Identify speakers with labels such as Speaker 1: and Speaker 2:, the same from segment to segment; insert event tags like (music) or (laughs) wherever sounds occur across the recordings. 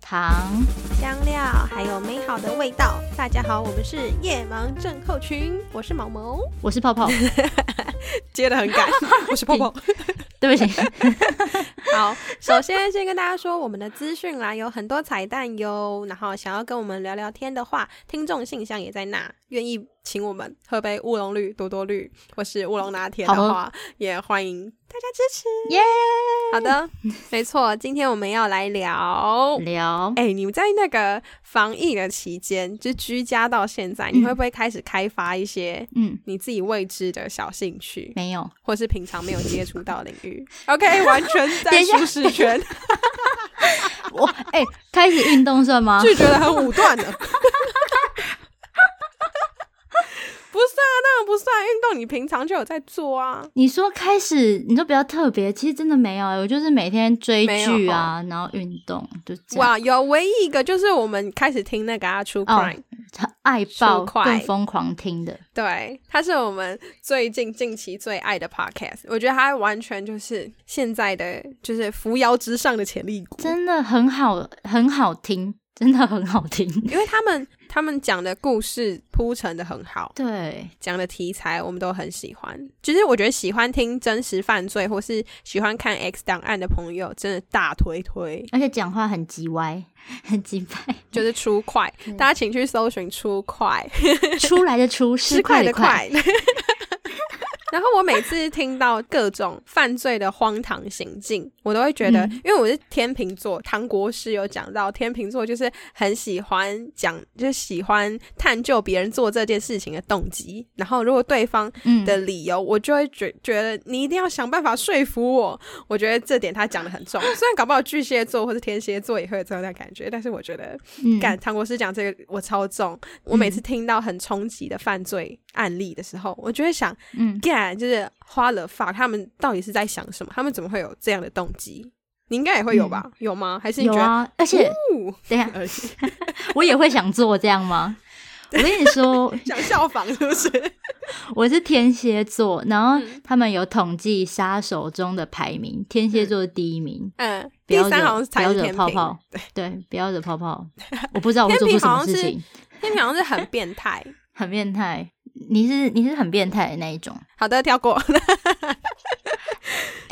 Speaker 1: 糖，
Speaker 2: 香料，还有美好的味道。大家好，我们是夜盲症候群，我是毛毛，
Speaker 1: 我是泡
Speaker 2: (laughs)
Speaker 1: 泡，
Speaker 2: 接的很 (laughs) 赶，我是泡泡。
Speaker 1: 对不起，
Speaker 2: 好，首先先跟大家说，我们的资讯栏有很多彩蛋哟。然后想要跟我们聊聊天的话，听众信箱也在那，愿意请我们喝杯乌龙绿、多多绿或是乌龙拿铁的
Speaker 1: 好
Speaker 2: 话，也欢迎大家支持。
Speaker 1: 耶、
Speaker 2: 好的，没错，今天我们要来聊。
Speaker 1: 聊
Speaker 2: 哎、你们在那个防疫的期间，就居家到现在，你会不会开始开发一些
Speaker 1: 嗯。
Speaker 2: 你自己未知的小兴趣？
Speaker 1: 没有，
Speaker 2: 或是平常没有接触到领域。OK，完
Speaker 1: (laughs)
Speaker 2: 全
Speaker 1: 等
Speaker 2: 在
Speaker 1: 一下
Speaker 2: 舒
Speaker 1: (laughs)
Speaker 2: 适圈，
Speaker 1: 我哎、开始运动算吗？
Speaker 2: 就觉得很武断
Speaker 1: (laughs)
Speaker 2: 的。不是啊，当然不是啊，运动你平常就有在做啊。
Speaker 1: 你说开始，你说比较特别，其实真的没有、欸我就是每天追
Speaker 2: 没有
Speaker 1: 剧啊，然后运动，就这样，
Speaker 2: 哇，有唯一一个就是我们开始听那个啊 True
Speaker 1: 哦
Speaker 2: Crime，、
Speaker 1: 爱爆
Speaker 2: 舒快
Speaker 1: 更疯狂听的，
Speaker 2: 对，它是我们最近近期最爱的 Podcast，我觉得它完全就是现在的就是扶摇直上的潜力股。
Speaker 1: 真的很好，很好听，真的很好听。
Speaker 2: (laughs) 因为他们他们讲的故事铺陈的很好，
Speaker 1: 对，
Speaker 2: 讲的题材我们都很喜欢。其实我觉得喜欢听真实犯罪或是喜欢看 X 档案的朋友，真的大推推，
Speaker 1: 而且讲话很急歪， (laughs) 很急
Speaker 2: (laughs)
Speaker 1: 掰，
Speaker 2: 就是出快，
Speaker 1: 嗯
Speaker 2: 大家请去搜寻出快，
Speaker 1: 出来的出，失
Speaker 2: 吃快的
Speaker 1: 的快，
Speaker 2: 快。 (laughs) 然后我每次听到各种犯罪的荒唐行径，我都会觉得，因为我是天秤座，唐国师有讲到，天秤座就是很喜欢讲，就是喜欢探究别人做这件事情的动机。然后如果对方
Speaker 1: 嗯，
Speaker 2: 的理由，我就会觉觉得你一定要想办法说服我。我觉得这点他讲的很重，虽然搞不好巨蟹座或是天蝎座也会有这样的感觉，但是我觉得，
Speaker 1: 嗯
Speaker 2: 干唐国师讲这个我超重。我每次听到很冲击的犯罪案例的时候，我就会想，
Speaker 1: 嗯，
Speaker 2: 干就是花了 fuck，他们到底是在想什么？他们怎么会有这样的动机？你应该也会有吧？有吗？哦还是你
Speaker 1: 嗯有
Speaker 2: 觉得？
Speaker 1: 啊，而且
Speaker 2: 呜呃
Speaker 1: 等一下
Speaker 2: (laughs) 恶心
Speaker 1: 我也会想做这样
Speaker 2: (laughs)
Speaker 1: 吗？我跟你说，
Speaker 2: 想效仿是不是？
Speaker 1: 我是天蝎座，然后
Speaker 2: 嗯
Speaker 1: 他们有统计杀手中的排名，天蝎座是第一名。
Speaker 2: 嗯，
Speaker 1: 不
Speaker 2: 第
Speaker 1: 要
Speaker 2: 三好
Speaker 1: 惹
Speaker 2: 像
Speaker 1: 不
Speaker 2: 才
Speaker 1: 要
Speaker 2: 是
Speaker 1: 惹
Speaker 2: 天
Speaker 1: 泡
Speaker 2: 平，
Speaker 1: 泡，对，不要惹泡泡。我不知道我做出
Speaker 2: (laughs) 天平
Speaker 1: 什么
Speaker 2: 好像
Speaker 1: 事
Speaker 2: 是
Speaker 1: 情，
Speaker 2: 天平好像是很变态。
Speaker 1: 很变态。你是你是很变态的那一种，
Speaker 2: 好的，跳过。 (laughs)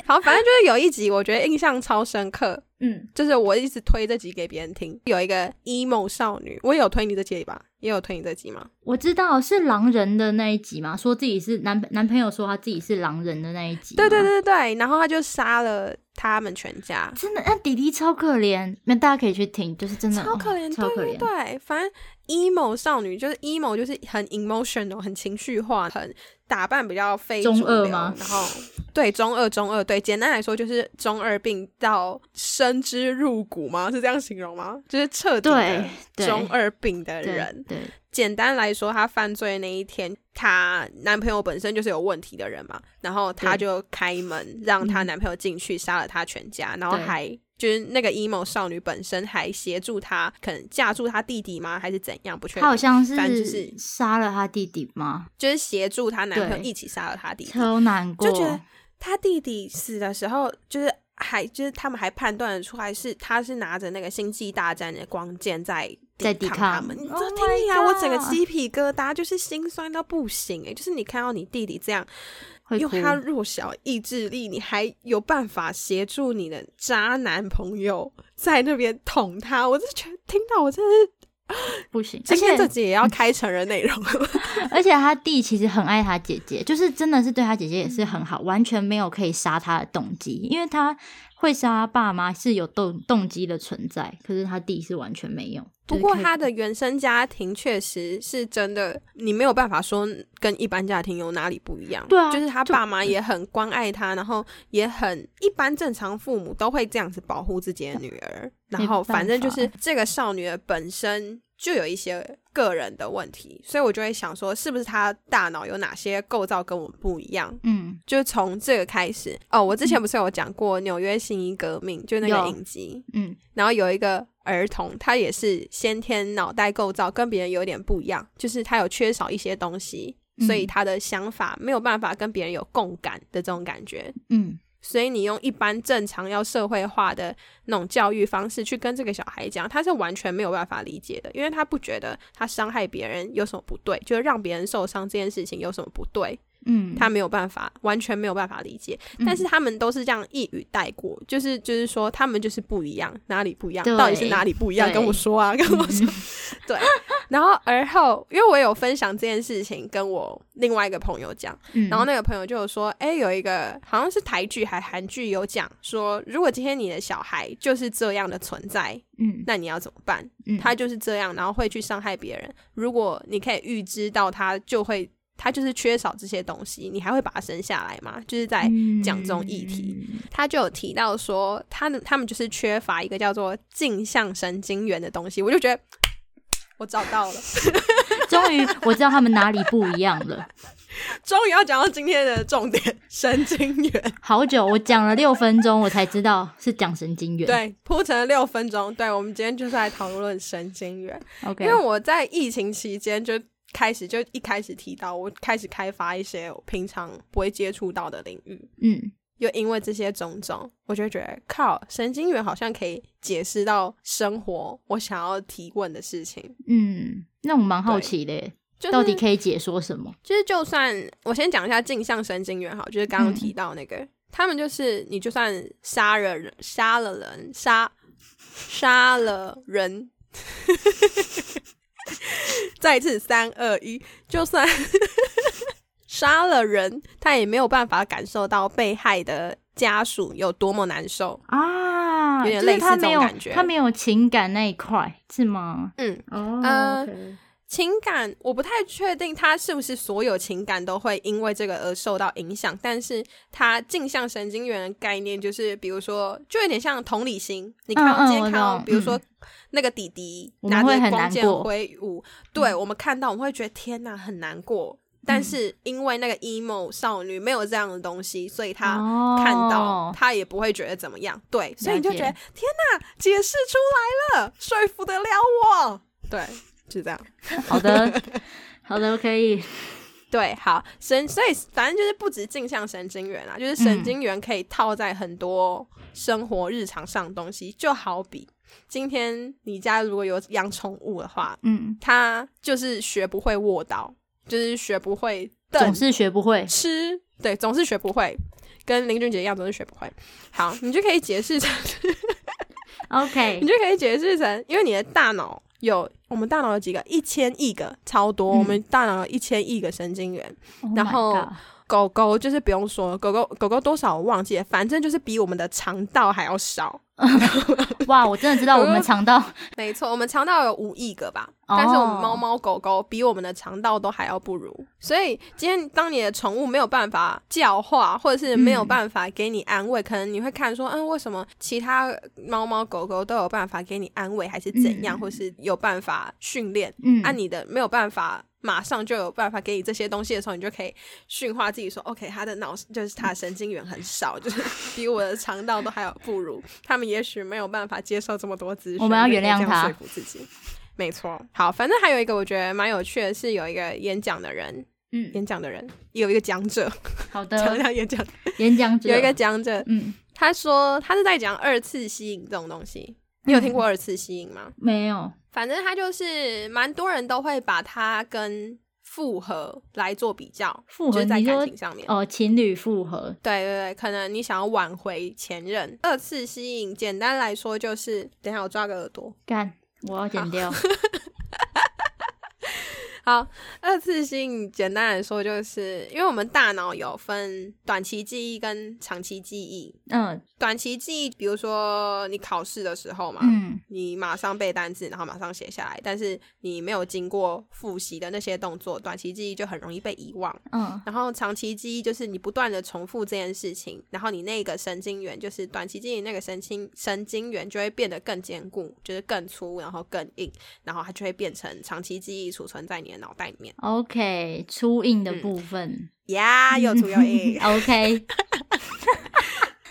Speaker 2: 好，反正就是有一集，我觉得印象超深刻，
Speaker 1: 嗯，
Speaker 2: 就是我一直推这集给别人听。有一个 emo 少女，我也有推你这集吧？也有推你这集吗？
Speaker 1: 我知道是狼人的那一集嘛，说自己是男男朋友说他自己是狼人的那一集，
Speaker 2: 对对，对对对，然后她就杀了他们全家，
Speaker 1: 真的，那弟弟超可怜，那大家可以去听，就是真的
Speaker 2: 超可怜，
Speaker 1: 哦超可
Speaker 2: 对对
Speaker 1: 怜，
Speaker 2: 对，反正 emo 少女就是 emo，就是很 emotional，很情绪化，很打扮比较非主
Speaker 1: 中二
Speaker 2: 流
Speaker 1: 吗
Speaker 2: 然后对中二，中二，对，简单来说就是中二病到深之入骨吗？是这样形容吗？就是彻底
Speaker 1: 对
Speaker 2: 的
Speaker 1: 对
Speaker 2: 中二病的
Speaker 1: 对
Speaker 2: 人。
Speaker 1: 对，
Speaker 2: 简单来说，她犯罪那一天，她男朋友本身就是有问题的人嘛，然后她
Speaker 1: 对
Speaker 2: 就开门让她男朋友进去，杀了她全家，然后
Speaker 1: 对
Speaker 2: 还就是那个 emo 少女本身还协助她，可能嫁住她弟弟吗？还是怎样？不确
Speaker 1: 他好
Speaker 2: 定，
Speaker 1: 像
Speaker 2: 反正就是是
Speaker 1: 杀了他弟弟吗？
Speaker 2: 就是协助她男朋友
Speaker 1: 对
Speaker 2: 一起杀了她弟弟。
Speaker 1: 超难过，
Speaker 2: 就觉得她弟弟死的时候，就是还就是他们还判断得出来是他是拿着那个星际大战的光剑在
Speaker 1: 在抵
Speaker 2: 抗他
Speaker 1: 抗
Speaker 2: 们。你知
Speaker 1: Oh
Speaker 2: 道听起来
Speaker 1: my
Speaker 2: 我整个
Speaker 1: God
Speaker 2: 鸡皮疙瘩，就是心酸到不行哎、就是你看到你弟弟这样，
Speaker 1: 会
Speaker 2: 用
Speaker 1: 哭
Speaker 2: 他弱小意志力，你还有办法协助你的渣男朋友在那边捅他，我就觉得听到我真的是。
Speaker 1: 不行，而
Speaker 2: 今天这
Speaker 1: 且
Speaker 2: 集也要开成人内容了，
Speaker 1: 而且他弟其实很爱他姐姐，就是真的是对他姐姐也是很好，完全没有可以杀他的动机，因为他会杀他爸妈是有动动机的存在，可是他弟是完全没有。
Speaker 2: 不
Speaker 1: 就是
Speaker 2: 过
Speaker 1: 可以
Speaker 2: 他的原生家庭确实是真的，你没有办法说跟一般家庭有哪里不一样。
Speaker 1: 对啊
Speaker 2: 就是他
Speaker 1: 就
Speaker 2: 爸妈也很关爱他，然后也很一般正常父母都会这样子保护自己的女儿。然后反正就是这个少女儿本身就有一些个人的问题，所以我就会想说，是不是她大脑有哪些构造跟我们不一样？
Speaker 1: 嗯，
Speaker 2: 就是从这个开始哦，我之前不是有讲过纽约新一革命，就那
Speaker 1: 有
Speaker 2: 个影集，
Speaker 1: 嗯，
Speaker 2: 然后有一个儿童，他也是先天脑袋构造跟别人有点不一样，就是他有缺少一些东西，
Speaker 1: 嗯
Speaker 2: 所以他的想法没有办法跟别人有共感的这种感觉。
Speaker 1: 嗯
Speaker 2: 所以你用一般正常要社会化的那种教育方式去跟这个小孩讲，他是完全没有办法理解的，因为他不觉得他伤害别人有什么不对，就是让别人受伤这件事情有什么不对，
Speaker 1: 嗯，
Speaker 2: 他没有办法，完全没有办法理解。但是他们都是这样一语带过，就是就是说他们就是不一样，哪里不一样，
Speaker 1: 对
Speaker 2: 到底是哪里不一样，
Speaker 1: 对嗯
Speaker 2: 跟我说啊，跟我说。 (laughs) 对，然后而后，因为我有分享这件事情跟我另外一个朋友讲，
Speaker 1: 嗯
Speaker 2: 然后那个朋友就有说，哎、有一个好像是台剧还韩剧有讲说，如果今天你的小孩就是这样的存在，
Speaker 1: 嗯
Speaker 2: 那你要怎么办？
Speaker 1: 嗯，
Speaker 2: 他就是这样，然后会去伤害别人。如果你可以预知到他就会，他就是缺少这些东西，你还会把他生下来吗？就是在讲这种议题
Speaker 1: 嗯，
Speaker 2: 他就有提到说，他们他们就是缺乏一个叫做镜像神经元的东西，我就觉得我找到了，
Speaker 1: 终于我知道他们哪里不一样了。
Speaker 2: 终于要讲到今天的重点——神经元。
Speaker 1: 好久，我讲了六分钟，我才知道是讲神经元。
Speaker 2: 对，铺陈了六分钟。对，我们今天就是来讨论神经元，
Speaker 1: ，OK，
Speaker 2: 因为我在疫情期间就。开始就一开始提到，我开始开发一些我平常不会接触到的领域，
Speaker 1: 嗯，
Speaker 2: 又因为这些种种，我就觉得靠神经元好像可以解释到生活我想要提问的事情，
Speaker 1: 嗯，那我蛮好
Speaker 2: 对
Speaker 1: 奇的耶，
Speaker 2: 就是、
Speaker 1: 到底可以解说什么？
Speaker 2: 就是就算我先讲一下镜像神经元好，就是刚刚提到那个，他们就是你就算杀了人、杀了人、杀杀了人， (laughs) 再一次三二一，就算杀了人，他也没有办法感受到被害的家属有多么难受。
Speaker 1: 啊，
Speaker 2: 有
Speaker 1: 就
Speaker 2: 点
Speaker 1: 是
Speaker 2: 类似
Speaker 1: 他
Speaker 2: 这
Speaker 1: 没
Speaker 2: 种
Speaker 1: 有
Speaker 2: 感觉
Speaker 1: 他没有情感那一块是吗？
Speaker 2: 嗯，
Speaker 1: 哦
Speaker 2: 呃
Speaker 1: OK
Speaker 2: 情感我不太确定他是不是所有情感都会因为这个而受到影响，但是他镜像神经元的概念就是，比如说，就有点像同理心。你看
Speaker 1: 嗯嗯
Speaker 2: 到今天
Speaker 1: 我
Speaker 2: 看到，
Speaker 1: 懂
Speaker 2: 比如说那个弟弟
Speaker 1: 我
Speaker 2: 拿
Speaker 1: 们会
Speaker 2: 着
Speaker 1: 很
Speaker 2: 光
Speaker 1: 难
Speaker 2: 剑
Speaker 1: 过
Speaker 2: 挥舞，对我们看到我们会觉得天哪，很难过。但
Speaker 1: 嗯
Speaker 2: 是因为那个 emo 少女没有这样的东西，所以她
Speaker 1: 哦
Speaker 2: 看到她也不会觉得怎么样。对，所以你就觉得
Speaker 1: 了
Speaker 2: 天哪，解释出来了，说服得了我。对，就这样。
Speaker 1: 好
Speaker 2: (laughs)
Speaker 1: 的，好的，可以，
Speaker 2: 对，好神，所以反正就是不止镜像神经元啊，就是
Speaker 1: 嗯
Speaker 2: 神经元可以套在很多生活日常上的东西，就好比今天你家如果有养宠物的话，
Speaker 1: 嗯，
Speaker 2: 它就是学不会卧倒，就是学不会
Speaker 1: 总
Speaker 2: 蹬
Speaker 1: 是学不
Speaker 2: (laughs)
Speaker 1: 会，
Speaker 2: 吃，对，总是学不会，跟林俊杰一样，总是学不会。好，你就可以解释成，你
Speaker 1: OK，哦
Speaker 2: (laughs) 就可以解释成，因为你的大脑有我们大脑有几个一千亿个，超多，
Speaker 1: 嗯
Speaker 2: 我们大脑有一千亿个神经元。
Speaker 1: Oh
Speaker 2: 然
Speaker 1: my
Speaker 2: 后
Speaker 1: God
Speaker 2: 狗狗就是不用说，狗狗狗狗多少我忘记了，反正就是比我们的肠道还要少。
Speaker 1: 哇，我真的知道我
Speaker 2: (laughs)
Speaker 1: 们肠道
Speaker 2: 没错，我们肠道有五亿个吧，
Speaker 1: 哦
Speaker 2: 但是我们猫猫狗狗比我们的肠道都还要不如。所以今天当你的宠物没有办法教化，或者是没有办法给你安慰，可能你会看说，嗯，为什么其他猫猫狗狗都有办法给你安慰，还是怎样，
Speaker 1: 嗯
Speaker 2: 或是有办法训练？
Speaker 1: 嗯
Speaker 2: 按、你的没有办法马上就有办法给你这些东西的时候，你就可以驯化自己说，OK，他的脑就是他的神经元很
Speaker 1: (laughs)
Speaker 2: 少，就是比我的肠道都还要不如。他们也许没有办法接受这么多资讯，
Speaker 1: 我们要原谅
Speaker 2: 就可以这样
Speaker 1: 他
Speaker 2: 说服自己。没错，好，反正还有一个我觉得蛮有趣的是，有一个演讲的人，
Speaker 1: 嗯，
Speaker 2: 演讲的人有一个讲者，
Speaker 1: 好
Speaker 2: 讲
Speaker 1: 的，(laughs)
Speaker 2: 讲演讲，
Speaker 1: 演讲者
Speaker 2: (laughs) 有一个讲者，
Speaker 1: 嗯，
Speaker 2: 他说他是在讲二次吸引这种东西。你
Speaker 1: 嗯
Speaker 2: 有听过二次吸引吗？
Speaker 1: 没有，
Speaker 2: 反正他就是蛮多人都会把它跟复合来做比较，
Speaker 1: 复合
Speaker 2: 就是在
Speaker 1: 你说
Speaker 2: 感情上面。
Speaker 1: 哦，情侣复合，
Speaker 2: 对对对，可能你想要挽回前任，二次吸引，简单来说就是，等一下我抓个耳朵。
Speaker 1: 干，我要剪
Speaker 2: (laughs)
Speaker 1: 掉，
Speaker 2: 好，二次吸引，简单来说就是，因为我们大脑有分短期记忆跟长期记忆。
Speaker 1: 嗯
Speaker 2: 短期记忆，比如说你考试的时候嘛，
Speaker 1: 嗯
Speaker 2: 你马上背单词，然后马上写下来，但是你没有经过复习的那些动作，短期记忆就很容易被遗忘。
Speaker 1: 嗯
Speaker 2: 然后长期记忆就是你不断的重复这件事情，然后你那个神经元就是短期记忆那个神经神经元就会变得更坚固，就是更粗，然后更硬，然后它就会变成长期记忆储存在你的脑袋里面。
Speaker 1: ，OK，初印的
Speaker 2: 嗯
Speaker 1: 部分
Speaker 2: 呀、又粗又
Speaker 1: (laughs)
Speaker 2: 硬。 (laughs)
Speaker 1: ，OK，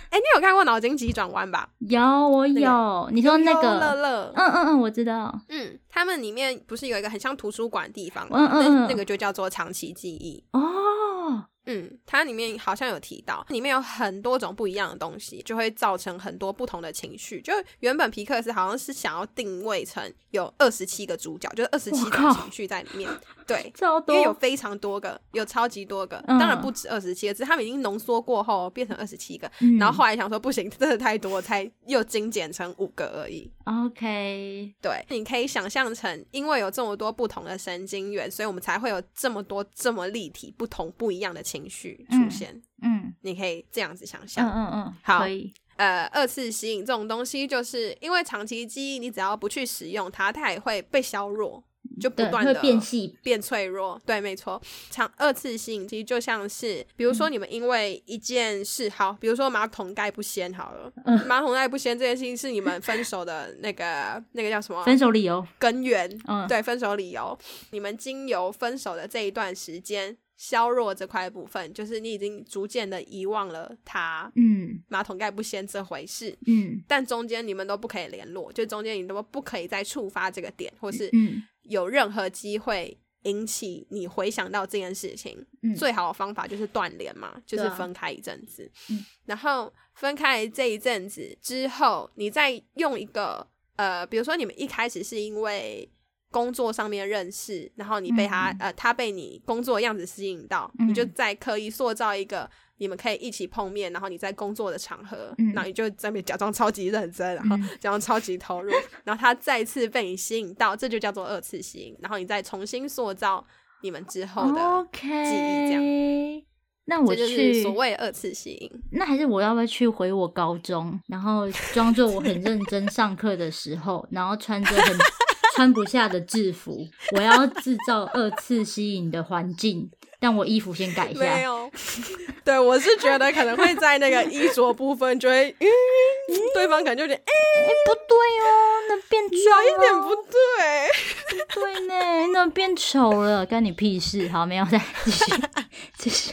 Speaker 2: 哎、你有看过《脑筋急转弯》吧？
Speaker 1: 有我
Speaker 2: 那个
Speaker 1: 有，你哦说那
Speaker 2: 悠悠乐
Speaker 1: 个，
Speaker 2: 乐，
Speaker 1: 嗯嗯嗯，我知道，
Speaker 2: 嗯，他们里面不是有一个很像图书馆的地方
Speaker 1: 嗯
Speaker 2: 吗？
Speaker 1: 嗯嗯
Speaker 2: 那那个就叫做长期记忆。
Speaker 1: 哦，
Speaker 2: 嗯，它里面好像有提到，里面有很多种不一样的东西，就会造成很多不同的情绪。就原本皮克斯好像是想要定位成有二十七个主角，就是二十七
Speaker 1: 我
Speaker 2: 种
Speaker 1: 靠
Speaker 2: 情绪在里面。对，
Speaker 1: 超
Speaker 2: 因为
Speaker 1: 多，
Speaker 2: 有非常多个，有超级多个，
Speaker 1: 嗯
Speaker 2: 当然不止二十七，只是他们已经浓缩过后变成二十七个。
Speaker 1: 嗯
Speaker 2: 然后后来想说不行，真的太多，才又精简成五个而已。
Speaker 1: OK，
Speaker 2: 对，你可以想象成，因为有这么多不同的神经元，所以我们才会有这么多这么立体、不同不一样的情绪出
Speaker 1: 嗯
Speaker 2: 现。
Speaker 1: 嗯
Speaker 2: 你可以这样子想
Speaker 1: 嗯
Speaker 2: 象。
Speaker 1: 嗯嗯，
Speaker 2: 好
Speaker 1: 可以，
Speaker 2: 呃，二次吸引这种东西，就是因为长期记忆，你只要不去使用它，它也会被削弱，就不
Speaker 1: 对，
Speaker 2: 断
Speaker 1: 会
Speaker 2: 的
Speaker 1: 变细，
Speaker 2: 变脆弱。对，没错，长二次吸引其实就像是，比如
Speaker 1: 嗯
Speaker 2: 说你们因为一件事，好，比如说马桶盖不掀好了，
Speaker 1: 嗯
Speaker 2: 马桶盖不掀这件事情是你们分手的那个那个叫什么
Speaker 1: 分手理由，
Speaker 2: 根源，
Speaker 1: 嗯，
Speaker 2: 哦对，分手理由，你们经由分手的这一段时间。削弱这块部分，就是你已经逐渐的遗忘了它，
Speaker 1: 嗯
Speaker 2: 马桶盖不掀这回事，
Speaker 1: 嗯
Speaker 2: 但中间你们都不可以联络，就中间你都不可以再触发这个点，或是
Speaker 1: 嗯
Speaker 2: 有任何机会引起你回想到这件事情。
Speaker 1: 嗯
Speaker 2: 最好的方法就是断联嘛，就是
Speaker 1: 对啊
Speaker 2: 分开一阵子，
Speaker 1: 嗯
Speaker 2: 然后分开这一阵子之后，你再用一个呃，比如说你们一开始是因为。工作上面认识，然后你被他、
Speaker 1: 嗯
Speaker 2: 呃，他被你工作的样子吸引到，
Speaker 1: 嗯
Speaker 2: 你就再刻意塑造一个你们可以一起碰面，然后你在工作的场合，
Speaker 1: 嗯
Speaker 2: 然后你就在那边假装超级认真，然后
Speaker 1: 嗯
Speaker 2: 假装超级投入， (laughs) 然后他再次被你吸引到，这就叫做二次吸引，然后你再重新塑造你们之后的，
Speaker 1: 哦
Speaker 2: 这样
Speaker 1: ，OK，那我
Speaker 2: 这就
Speaker 1: 去
Speaker 2: 是所谓二次吸引。
Speaker 1: 那还是我要不要去回我高中，然后装作我很认真上课的时
Speaker 2: (laughs)
Speaker 1: 候，然后穿着很穿不下的制服，我要制造二次吸引的环境，但我衣服先改一
Speaker 2: 没
Speaker 1: 下。
Speaker 2: 有， (laughs) 对我是觉得可能会在那个衣着部分就会，嗯，对方可能就有点，哎、
Speaker 1: 不对哦，那变
Speaker 2: 有一
Speaker 1: 丑
Speaker 2: 点
Speaker 1: 了，
Speaker 2: 不对。
Speaker 1: 不对呢，那变丑了，干你屁事！好，没有再继续继续。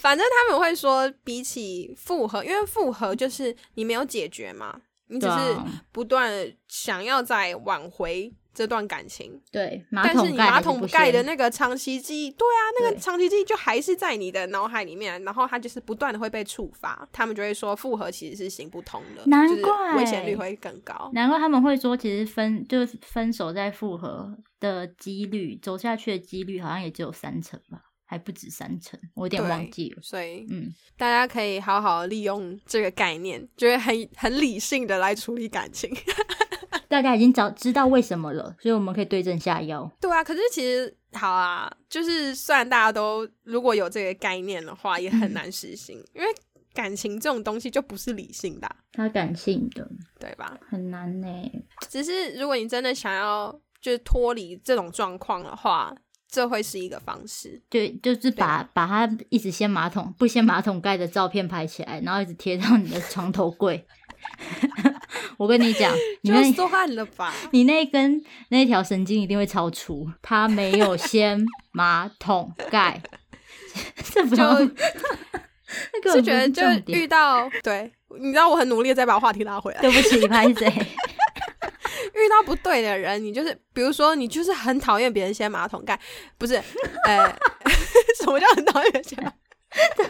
Speaker 2: 反正他们会说，比起复合，因为复合就是你没有解决嘛，你只
Speaker 1: 对
Speaker 2: 是
Speaker 1: 啊
Speaker 2: 不断想要再挽回这段感情，
Speaker 1: 对，马
Speaker 2: 但是
Speaker 1: 桶
Speaker 2: 你
Speaker 1: 盖
Speaker 2: 马
Speaker 1: 还是
Speaker 2: 桶
Speaker 1: 不
Speaker 2: 盖的
Speaker 1: 掀
Speaker 2: 那个长期记忆，对啊，那个
Speaker 1: 对
Speaker 2: 长期记忆就还是在你的脑海里面，然后它就是不断的会被触发，他们就会说复合其实是行不通的，
Speaker 1: 难
Speaker 2: 就是
Speaker 1: 怪
Speaker 2: 危险率会更高。
Speaker 1: 难怪他们会说，其实分就是分手再复合的几率，走下去的几率好像也只有三成吧，还不止三成，我有点
Speaker 2: 对
Speaker 1: 忘记了。
Speaker 2: 所以
Speaker 1: 嗯，
Speaker 2: 大家可以好好利用这个概念，就会很很理性的来处理感情。
Speaker 1: 大家已经早知道为什么了，所以我们可以对症下药。
Speaker 2: 对啊，可是其实好啊，就是虽然大家都如果有这个概念的话，也很
Speaker 1: 嗯
Speaker 2: 难实行，因为感情这种东西就不是理性的啊、
Speaker 1: 他感性的
Speaker 2: 对吧？
Speaker 1: 很难呢、
Speaker 2: 只是如果你真的想要就是脱离这种状况的话，这会是一个方式。
Speaker 1: 对，就是把把他一直掀马桶不掀马桶盖的照片拍起来，然后一直贴到你的床头柜。 (laughs) 我跟你讲，你
Speaker 2: 就
Speaker 1: 那
Speaker 2: 算了
Speaker 1: (laughs)
Speaker 2: 吧，
Speaker 1: 你那根那条神经一定会超出，它没有掀马桶盖，这不
Speaker 2: 就是 (laughs) 是觉得就
Speaker 1: 重
Speaker 2: 遇
Speaker 1: 点。
Speaker 2: 到对，你知道我很努力地再把话题拉回来。
Speaker 1: 对不起，拍
Speaker 2: (laughs)
Speaker 1: 谁？
Speaker 2: 遇到不对的人，你就是比如说你就是很讨厌别人掀马桶盖，不是？呃， (laughs) 什么叫很讨厌别人掀马桶盖？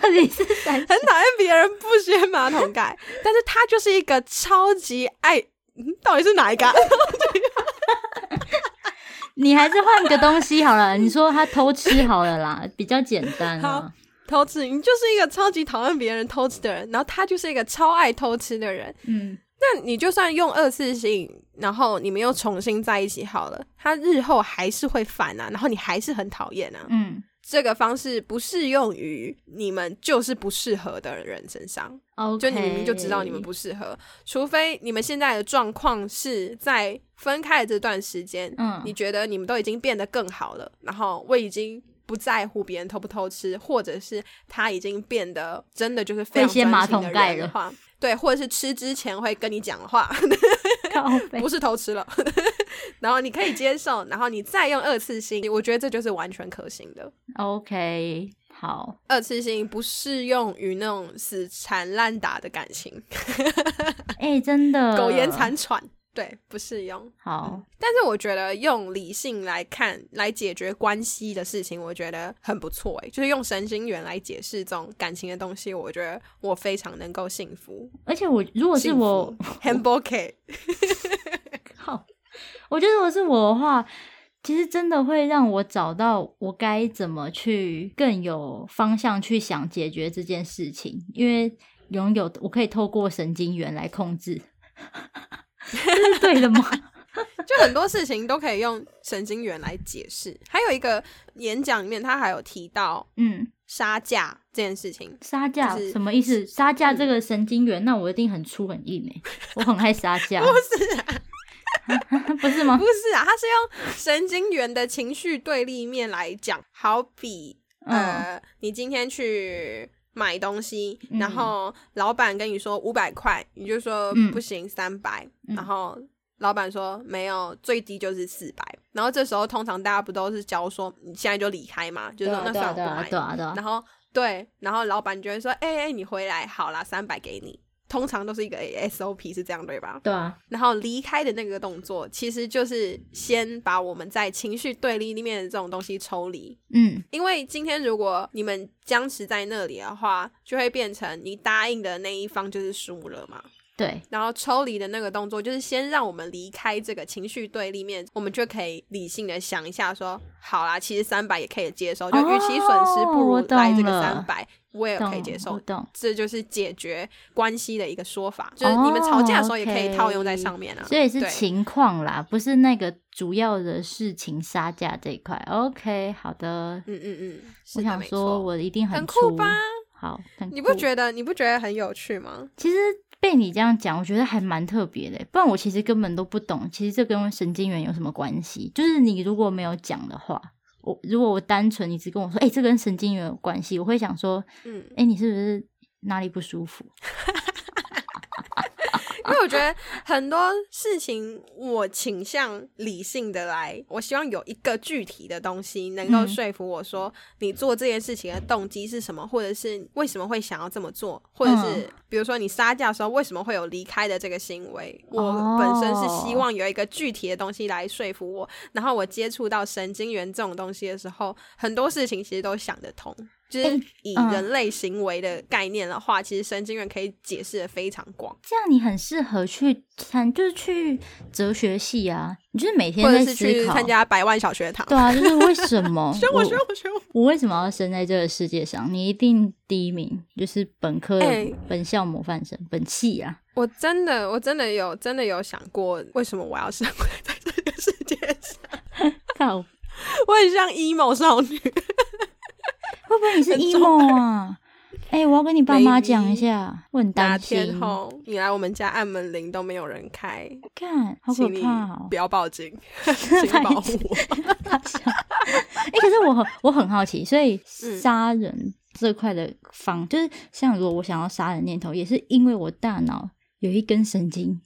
Speaker 1: 到底是谁？
Speaker 2: 很讨厌别人不掀马桶盖，但是他就是一个超级爱，嗯到底是哪一个啊？
Speaker 1: 你还是换个东西好了。你说他偷吃好了啦，比较简单啊。
Speaker 2: 偷吃，你就是一个超级讨厌别人偷吃的人，然后他就是一个超爱偷吃的人。
Speaker 1: 嗯，
Speaker 2: 那你就算用二次性，然后你们又重新在一起好了，他日后还是会反啊，然后你还是很讨厌啊。
Speaker 1: 嗯
Speaker 2: 这个方式不适用于你们就是不适合的人身上，
Speaker 1: ，OK，
Speaker 2: 就你明明就知道你们不适合，除非你们现在的状况是在分开的这段时间，
Speaker 1: 嗯
Speaker 2: 你觉得你们都已经变得更好了，然后我已经。不在乎别人偷不偷吃，或者是他已经变得真的就是非常
Speaker 1: 会掀马
Speaker 2: 专心的
Speaker 1: 桶盖
Speaker 2: 人的
Speaker 1: 了
Speaker 2: 话，对，或者是吃之前会跟你讲的
Speaker 1: (laughs)
Speaker 2: 话， (laughs)
Speaker 1: 靠背
Speaker 2: 不是偷吃了，然后你可以接受，然后你再用二次性，我觉得这就是完全可行的。
Speaker 1: OK，好，
Speaker 2: 二次性不适用于那种死缠烂打的感情，
Speaker 1: 哎、真的
Speaker 2: (laughs) 苟延残喘。对，不适用。
Speaker 1: 好，
Speaker 2: 但是我觉得用理性来看，来解决关系的事情，我觉得很不错诶、就是用神经元来解释这种感情的东西，我觉得我非常能够幸福。
Speaker 1: 而且我如果是
Speaker 2: (laughs)
Speaker 1: 我，
Speaker 2: h a m b o k
Speaker 1: 好，我觉得如果是我的话，其实真的会让我找到我该怎么去更有方向去想解决这件事情，因为拥有我可以透过神经元来控制，这是对的吗？ (laughs)
Speaker 2: 就很多事情都可以用神经元来解释。还有一个演讲里面，他还有提到
Speaker 1: 嗯，
Speaker 2: 杀价这件
Speaker 1: (laughs)
Speaker 2: 事情，
Speaker 1: 杀价、
Speaker 2: 就是
Speaker 1: 什么意思？杀价这个神经元，那我一定很粗很硬诶、我很爱杀
Speaker 2: (laughs)
Speaker 1: 价，
Speaker 2: 不是啊，
Speaker 1: 不是吗
Speaker 2: (laughs) 不？是啊，他是用神经元的情绪对立面来讲，好比
Speaker 1: 嗯
Speaker 2: 呃，你今天去买东西，
Speaker 1: 嗯
Speaker 2: 然后老板跟你说五百块，你就说
Speaker 1: 嗯
Speaker 2: 不行三百、
Speaker 1: 嗯
Speaker 2: 然后老板说没有，最低就是四百，然后这时候通常大家不都是教说你现在就离开嘛，
Speaker 1: 对
Speaker 2: 就是说
Speaker 1: 啊
Speaker 2: 那
Speaker 1: 对
Speaker 2: 算
Speaker 1: 啊
Speaker 2: 我不
Speaker 1: 对啊
Speaker 2: 买，
Speaker 1: 对啊对啊
Speaker 2: 然，后对，然后老板就会说，哎、哎、你回来好啦，三百给你。通常都是一个 SOP 是这样对吧？
Speaker 1: 对啊，
Speaker 2: 然后离开的那个动作，其实就是先把我们在情绪对立里面的这种东西抽离，
Speaker 1: 嗯
Speaker 2: 因为今天如果你们僵持在那里的话，就会变成你答应的那一方就是输了嘛。
Speaker 1: 对，
Speaker 2: 然后抽离的那个动作，就是先让我们离开这个情绪对立面，我们就可以理性的想一下说，好啦，其实三百也可以接受，就
Speaker 1: 哦
Speaker 2: 与其损失，不如
Speaker 1: 我懂
Speaker 2: 来这个
Speaker 1: 了
Speaker 2: 三百，我也
Speaker 1: 懂
Speaker 2: 可以接
Speaker 1: 我
Speaker 2: 受。
Speaker 1: 懂。
Speaker 2: 这就是解决关系的一个说法，就是你们吵架的时候也可以套用在上面啊。
Speaker 1: 所以是
Speaker 2: 对
Speaker 1: 情况啦，不是那个主要的事情杀价这一块。OK，好的。
Speaker 2: 嗯嗯嗯，是
Speaker 1: 我
Speaker 2: 的
Speaker 1: 想
Speaker 2: 没
Speaker 1: 说，
Speaker 2: 错，
Speaker 1: 我一定
Speaker 2: 很
Speaker 1: 粗
Speaker 2: 酷吧？
Speaker 1: 好，很
Speaker 2: 你不
Speaker 1: 酷
Speaker 2: 觉得你不觉得很有趣吗？
Speaker 1: 其实被你这样讲，我觉得还蛮特别的。欸不然我其实根本都不懂，其实这跟神经元有什么关系？就是你如果没有讲的话，我如果我单纯你只跟我说，哎、这跟神经元有关系，我会想说，
Speaker 2: 嗯，
Speaker 1: 哎、你是不是哪里不舒服？
Speaker 2: 因为我觉得很多事情，我倾向理性的来，我希望有一个具体的东西能够
Speaker 1: 嗯
Speaker 2: 说服我说你做这件事情的动机是什么，或者是为什么会想要这么做，或者
Speaker 1: 嗯
Speaker 2: 是比如说你杀价的时候为什么会有离开的这个行为，我
Speaker 1: 哦
Speaker 2: 本身是希望有一个具体的东西来说服我，然后我接触到神经元这种东西的时候，很多事情其实都想得通。就是以
Speaker 1: 嗯
Speaker 2: 人类行为的概念的话，其实神经元可以解释的非常广。
Speaker 1: 这样你很适合去参，就是去哲学系啊，你就是每天
Speaker 2: 或者
Speaker 1: 在
Speaker 2: 是去
Speaker 1: 思考。
Speaker 2: 参加百万小学堂。
Speaker 1: 对啊，就是为什么
Speaker 2: (laughs) 选我，
Speaker 1: 我
Speaker 2: 选我，选我！
Speaker 1: 我为什么要生在这个世界上？你一定第一名，就是本科的、
Speaker 2: 哎
Speaker 1: 本校模范生，本系啊。
Speaker 2: 我真的，我真的有，真的有想过，为什么我要生活在这个世界上？ (laughs)
Speaker 1: 靠，
Speaker 2: 我很像 emo 少女，
Speaker 1: 会不会你是
Speaker 2: 很
Speaker 1: emo 啊？哎、我要跟你爸妈讲一下，我很
Speaker 2: 哪
Speaker 1: 担
Speaker 2: 天
Speaker 1: 心。
Speaker 2: 后你来我们家按门铃都没有人开，
Speaker 1: 看，好可
Speaker 2: 请你
Speaker 1: 怕哦
Speaker 2: 不！要
Speaker 1: (laughs)
Speaker 2: 报警，请保护我。
Speaker 1: 哎、可是我很我很好奇，所以
Speaker 2: 嗯
Speaker 1: 杀人这块的方，就是像如果我想要杀人念头，也是因为我大脑有一根神经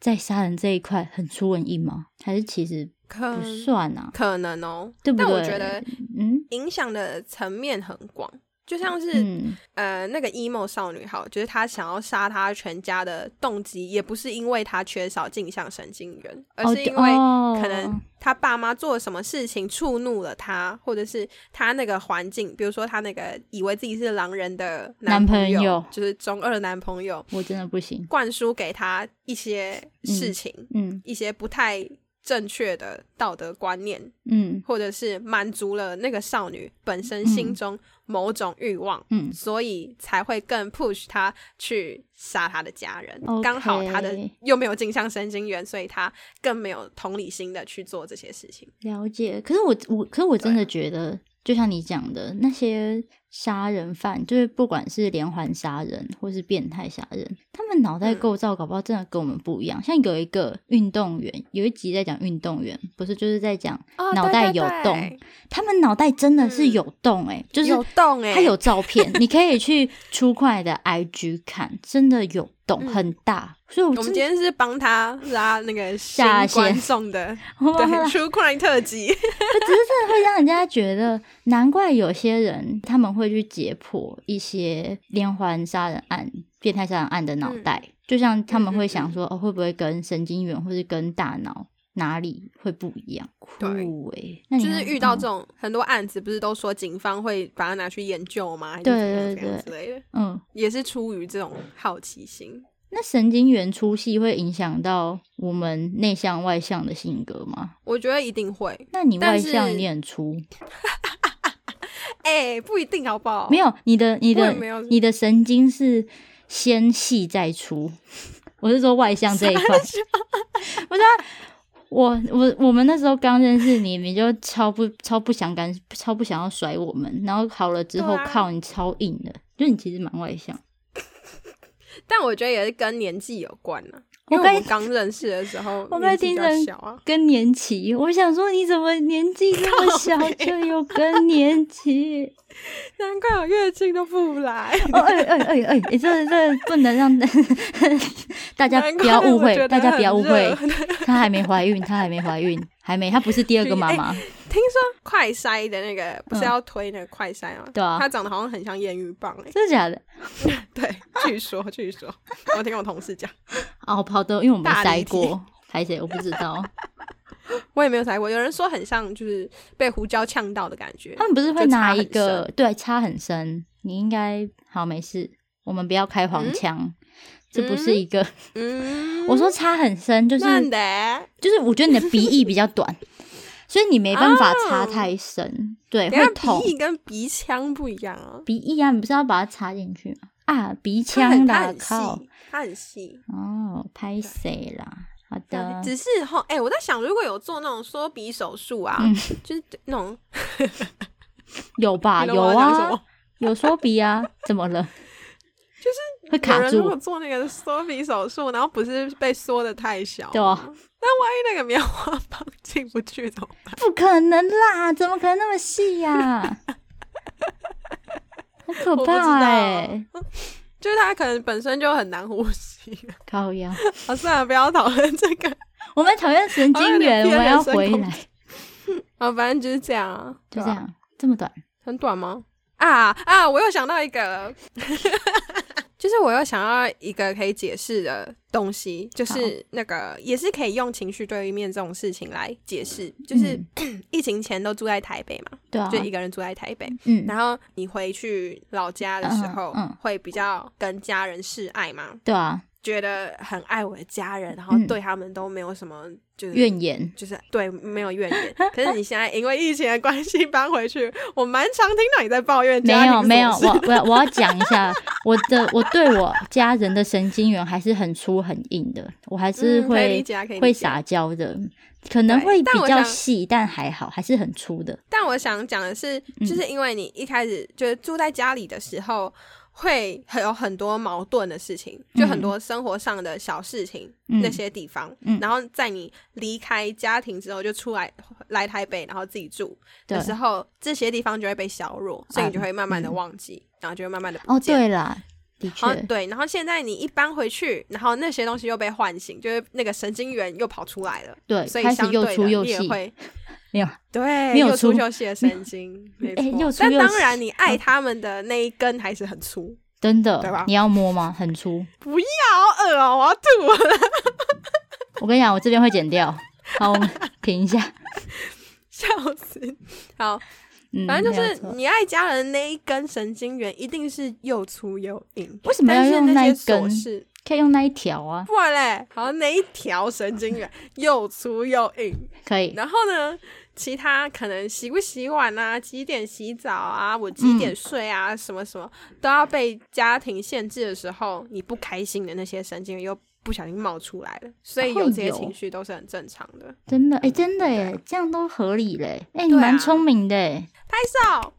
Speaker 1: 在杀人这一块很出文意吗？还是其实
Speaker 2: 可
Speaker 1: 不算啊？
Speaker 2: 可能哦，
Speaker 1: 对不对？
Speaker 2: 嗯但我觉得
Speaker 1: 嗯
Speaker 2: 影响的层面很广，就像是
Speaker 1: 嗯
Speaker 2: 呃，那个 emo 少女好，就是她想要杀她全家的动机，也不是因为她缺少镜像神经元，而
Speaker 1: 哦
Speaker 2: 是
Speaker 1: 对
Speaker 2: 因为
Speaker 1: 哦
Speaker 2: 可能她爸妈做了什么事情触怒了她，或者是她那个环境，比如说她那个以为自己是狼人的
Speaker 1: 男
Speaker 2: 朋
Speaker 1: 朋友
Speaker 2: 就是中二男朋友，
Speaker 1: 我真的不行。
Speaker 2: 灌输给她一些事情，
Speaker 1: 嗯
Speaker 2: 一些不太正确的道德观念，
Speaker 1: 嗯
Speaker 2: 或者是满足了那个少女本身心中某种欲望。
Speaker 1: 嗯，
Speaker 2: 所以才会更 push 他去杀他的家人。
Speaker 1: OK
Speaker 2: 刚好他的又没有镜像神经元，所以他更没有同理心的去做这些事情。
Speaker 1: 了解。可是我我可是我
Speaker 2: 啊
Speaker 1: 真的觉得，就像你讲的，那些杀人犯，就是不管是连环杀人或是变态杀人，他们脑袋
Speaker 2: 嗯
Speaker 1: 构造搞不好真的跟我们不一样。像有一个运动员，有一集在讲运动员，不是就是在讲
Speaker 2: 哦
Speaker 1: 脑袋有洞，他们脑袋真的是
Speaker 2: 嗯
Speaker 1: 有洞哎、就是
Speaker 2: 有洞哎、
Speaker 1: 它有照片，你可以去 (laughs) 出快的 IG 看，真的有洞，
Speaker 2: 嗯
Speaker 1: 很大。所以我
Speaker 2: 我们
Speaker 1: 真
Speaker 2: 今天是帮他拉那个新
Speaker 1: 下线
Speaker 2: 观
Speaker 1: (laughs)
Speaker 2: 众的，
Speaker 1: 我
Speaker 2: 对
Speaker 1: 妈妈
Speaker 2: True Crime 特
Speaker 1: (laughs)
Speaker 2: 辑，
Speaker 1: 会让人家觉得，难怪有些人他
Speaker 2: 嗯
Speaker 1: 们会去解剖一些连环杀人案、变态杀人案的脑袋，就像他们会想说，哦，会不会跟神经元或是跟大脑哪里会不一样？酷
Speaker 2: 对
Speaker 1: 诶、那你嗯
Speaker 2: 就是
Speaker 1: 很
Speaker 2: 遇到
Speaker 1: 棒
Speaker 2: 这种很多案子，不是都说警方会把它拿去研究吗？还是
Speaker 1: 对
Speaker 2: 怎样
Speaker 1: 对
Speaker 2: 怎样
Speaker 1: 对
Speaker 2: 之类的，
Speaker 1: 嗯，
Speaker 2: 也是出于这种好奇心。
Speaker 1: 那神经元粗细会影响到我们内向外向的性格吗？
Speaker 2: 我觉得一定会，
Speaker 1: 那你
Speaker 2: 但
Speaker 1: 外
Speaker 2: 是
Speaker 1: 向你很粗，
Speaker 2: 哎、不一定好不好？
Speaker 1: 没有你的你
Speaker 2: 我也
Speaker 1: 的
Speaker 2: 没有
Speaker 1: 你的神经是先细再粗，我是说外向这一块。不是、啊、我我我们那时候刚认识你，你就超不超不想敢超不想要甩我们，然后好了之后
Speaker 2: 对啊
Speaker 1: 靠你超硬的，就你其实蛮外向。
Speaker 2: 但我觉得也是跟年纪有关呢、
Speaker 1: 我
Speaker 2: 因为我
Speaker 1: 刚
Speaker 2: 们刚认识的时候，
Speaker 1: (laughs) 我刚
Speaker 2: 年纪比
Speaker 1: 听
Speaker 2: 较
Speaker 1: 成
Speaker 2: 小啊，难怪我月经都不来。
Speaker 1: 哦，哎哎哎哎，哎这这不能让 (laughs) 大家
Speaker 2: 难
Speaker 1: 不
Speaker 2: 怪
Speaker 1: 要误
Speaker 2: 我觉
Speaker 1: 会，
Speaker 2: 得
Speaker 1: 大家不要误会
Speaker 2: 很，
Speaker 1: 她还没怀孕，她还没怀孕，还没，她不是第二个
Speaker 2: 哎
Speaker 1: 妈妈，
Speaker 2: (laughs) 听说快筛的那个不是
Speaker 1: 嗯
Speaker 2: 要推那个快筛吗？
Speaker 1: 对啊
Speaker 2: 它长得好像很像验孕棒
Speaker 1: (laughs)
Speaker 2: 哎、
Speaker 1: 真的假的？
Speaker 2: 对，据 (laughs) 说据说，我听我同事讲，
Speaker 1: 哦，好的，因为我没
Speaker 2: 大离
Speaker 1: 塞
Speaker 2: 题
Speaker 1: 过，还谁我不知道，
Speaker 2: 我也没有猜过。有人说很像就是被胡椒呛到的感觉
Speaker 1: 他，们不
Speaker 2: (laughs)
Speaker 1: 是会
Speaker 2: 就差
Speaker 1: 拿
Speaker 2: 很
Speaker 1: 一个对插很深，你应该好没事，我们不要开黄腔，这不是一个，
Speaker 2: 嗯，
Speaker 1: 我说插很深就是
Speaker 2: 那的。
Speaker 1: 就是我觉得你的鼻翼比较短，所以你没办法插
Speaker 2: (laughs) 哦
Speaker 1: 太深，对，
Speaker 2: 等一
Speaker 1: 会
Speaker 2: 下
Speaker 1: 痛
Speaker 2: 鼻。翼跟鼻腔不一样啊，
Speaker 1: 鼻翼啊，你不是要把它插进去吗？啊，鼻
Speaker 2: 它很
Speaker 1: 腔
Speaker 2: 它
Speaker 1: 啦，
Speaker 2: 很
Speaker 1: 靠！
Speaker 2: 细，它很细。
Speaker 1: 哦，拍谁啦？好的，
Speaker 2: 只是哈，哎、我在想，如果有做那种缩鼻手术啊，
Speaker 1: 嗯
Speaker 2: 就是那种
Speaker 1: 有吧？
Speaker 2: 你懂
Speaker 1: 有
Speaker 2: 我要讲什
Speaker 1: 啊
Speaker 2: 么，
Speaker 1: 有缩鼻
Speaker 2: (laughs)
Speaker 1: 啊？怎么了？就是会
Speaker 2: 有
Speaker 1: 卡
Speaker 2: 人如果
Speaker 1: 住，
Speaker 2: 做那个缩鼻手术，然后不是被缩的太小，
Speaker 1: 对啊，
Speaker 2: 那万一那个棉花棒进不去怎么办？
Speaker 1: 不可能啦，怎么可能那么细呀、
Speaker 2: (laughs)
Speaker 1: 好可
Speaker 2: 我不知道
Speaker 1: 怕哎、欸！
Speaker 2: 就是它可能本身就很难呼吸。 (laughs)
Speaker 1: 高腰，
Speaker 2: 好，算了，不要讨论这个。
Speaker 1: 我们讨厌神
Speaker 2: 好像有
Speaker 1: 经
Speaker 2: 点
Speaker 1: 元，我
Speaker 2: 偏
Speaker 1: 们要
Speaker 2: 人身
Speaker 1: 回
Speaker 2: 攻
Speaker 1: 来，
Speaker 2: 啊，反正就是这样啊，
Speaker 1: 就
Speaker 2: 对
Speaker 1: 这
Speaker 2: 吧，
Speaker 1: 样，这么短。
Speaker 2: 很短吗？啊啊，我又想到一个 (laughs) 了，就是我又想到一个可以解释的东西，就是那个也是可以用情绪对立面这种事情来解释，
Speaker 1: 嗯
Speaker 2: 就是、疫情前都住在台北嘛，
Speaker 1: 对啊
Speaker 2: 就，一个人住在台北，
Speaker 1: 嗯，
Speaker 2: 然后你回去老家的时候，
Speaker 1: 嗯嗯
Speaker 2: 会比较跟家人示爱嘛，
Speaker 1: 对啊，
Speaker 2: 觉得很爱我的家人，然后
Speaker 1: 嗯
Speaker 2: 对他们都没有什么就是
Speaker 1: 怨言，
Speaker 2: 就是对没有怨言。可是你现在因为疫情的关系搬回去，我蛮常听到你在抱怨
Speaker 1: 没
Speaker 2: 家
Speaker 1: 有
Speaker 2: 庭
Speaker 1: 没有，
Speaker 2: 琐
Speaker 1: 我
Speaker 2: 事 (laughs)
Speaker 1: 我要我要讲一下 (laughs) 我的我对我家人的神经元还是很粗很硬的，我还是
Speaker 2: 嗯可以理
Speaker 1: 会、
Speaker 2: 解啊，可以理
Speaker 1: 会
Speaker 2: 解
Speaker 1: 撒娇的，可能会
Speaker 2: 但
Speaker 1: 比
Speaker 2: 我
Speaker 1: 较
Speaker 2: 想
Speaker 1: 细，但还好还是很粗的。
Speaker 2: 但我想讲的是，
Speaker 1: 嗯
Speaker 2: 就是因为你一开始就是住在家里的时候，会很有很多矛盾的事情，就很多生活上的小事情、
Speaker 1: 嗯
Speaker 2: 那些地方。
Speaker 1: 嗯
Speaker 2: 然后在你离开家庭之后，就出来来台北，然后自己住
Speaker 1: 对
Speaker 2: 的时候，这些地方就会被削弱，所以你就会慢慢的
Speaker 1: 嗯
Speaker 2: 忘记，然后就会慢慢的
Speaker 1: 哦，对啦，的确
Speaker 2: 好，，对，然后现在你一搬回去，然后那些东西又被唤醒，就是那个神经元又跑出来了，
Speaker 1: 对，
Speaker 2: 所
Speaker 1: 开
Speaker 2: 以
Speaker 1: 始
Speaker 2: 相
Speaker 1: 又
Speaker 2: 对
Speaker 1: 粗
Speaker 2: 的
Speaker 1: 又
Speaker 2: 你也
Speaker 1: 细，
Speaker 2: 会
Speaker 1: 没有
Speaker 2: 对，
Speaker 1: 没有
Speaker 2: 又粗
Speaker 1: 粗
Speaker 2: 又细的神经，没
Speaker 1: 哎
Speaker 2: 错。
Speaker 1: 又粗
Speaker 2: 但
Speaker 1: 又嗯
Speaker 2: 当
Speaker 1: 细
Speaker 2: 然，你爱他们的那一根还是很粗，
Speaker 1: 真
Speaker 2: 对吧
Speaker 1: 的，你要摸吗？很粗，
Speaker 2: 不要好恶哦、我要吐了。
Speaker 1: 我跟你讲，我这边会剪掉。 (laughs) 好，我们停一下。
Speaker 2: 笑死！好，
Speaker 1: 嗯，
Speaker 2: 反正就
Speaker 1: 没有
Speaker 2: 是
Speaker 1: 错
Speaker 2: 你爱家人的那一根神经元一定是又粗又硬，
Speaker 1: 为什么
Speaker 2: 但
Speaker 1: 要
Speaker 2: 是
Speaker 1: 用那
Speaker 2: 那
Speaker 1: 一
Speaker 2: 些琐
Speaker 1: 根
Speaker 2: 事
Speaker 1: 可以用那一条啊，
Speaker 2: 不然嘞，好像那一条神经元又粗又硬，
Speaker 1: 可以。
Speaker 2: 然后呢，其他可能洗不洗碗啊，几点洗澡啊，我
Speaker 1: 嗯
Speaker 2: 几点睡啊，什么什么都要被家庭限制的时候，你不开心的那些神经元又不小心冒出来了，所
Speaker 1: 哦
Speaker 2: 以有这些情绪都是很正常的。
Speaker 1: 真的，哎、真的耶，这样都合理嘞。哎、你
Speaker 2: 啊对
Speaker 1: 蛮
Speaker 2: 啊
Speaker 1: 聪明的耶，
Speaker 2: 拍手，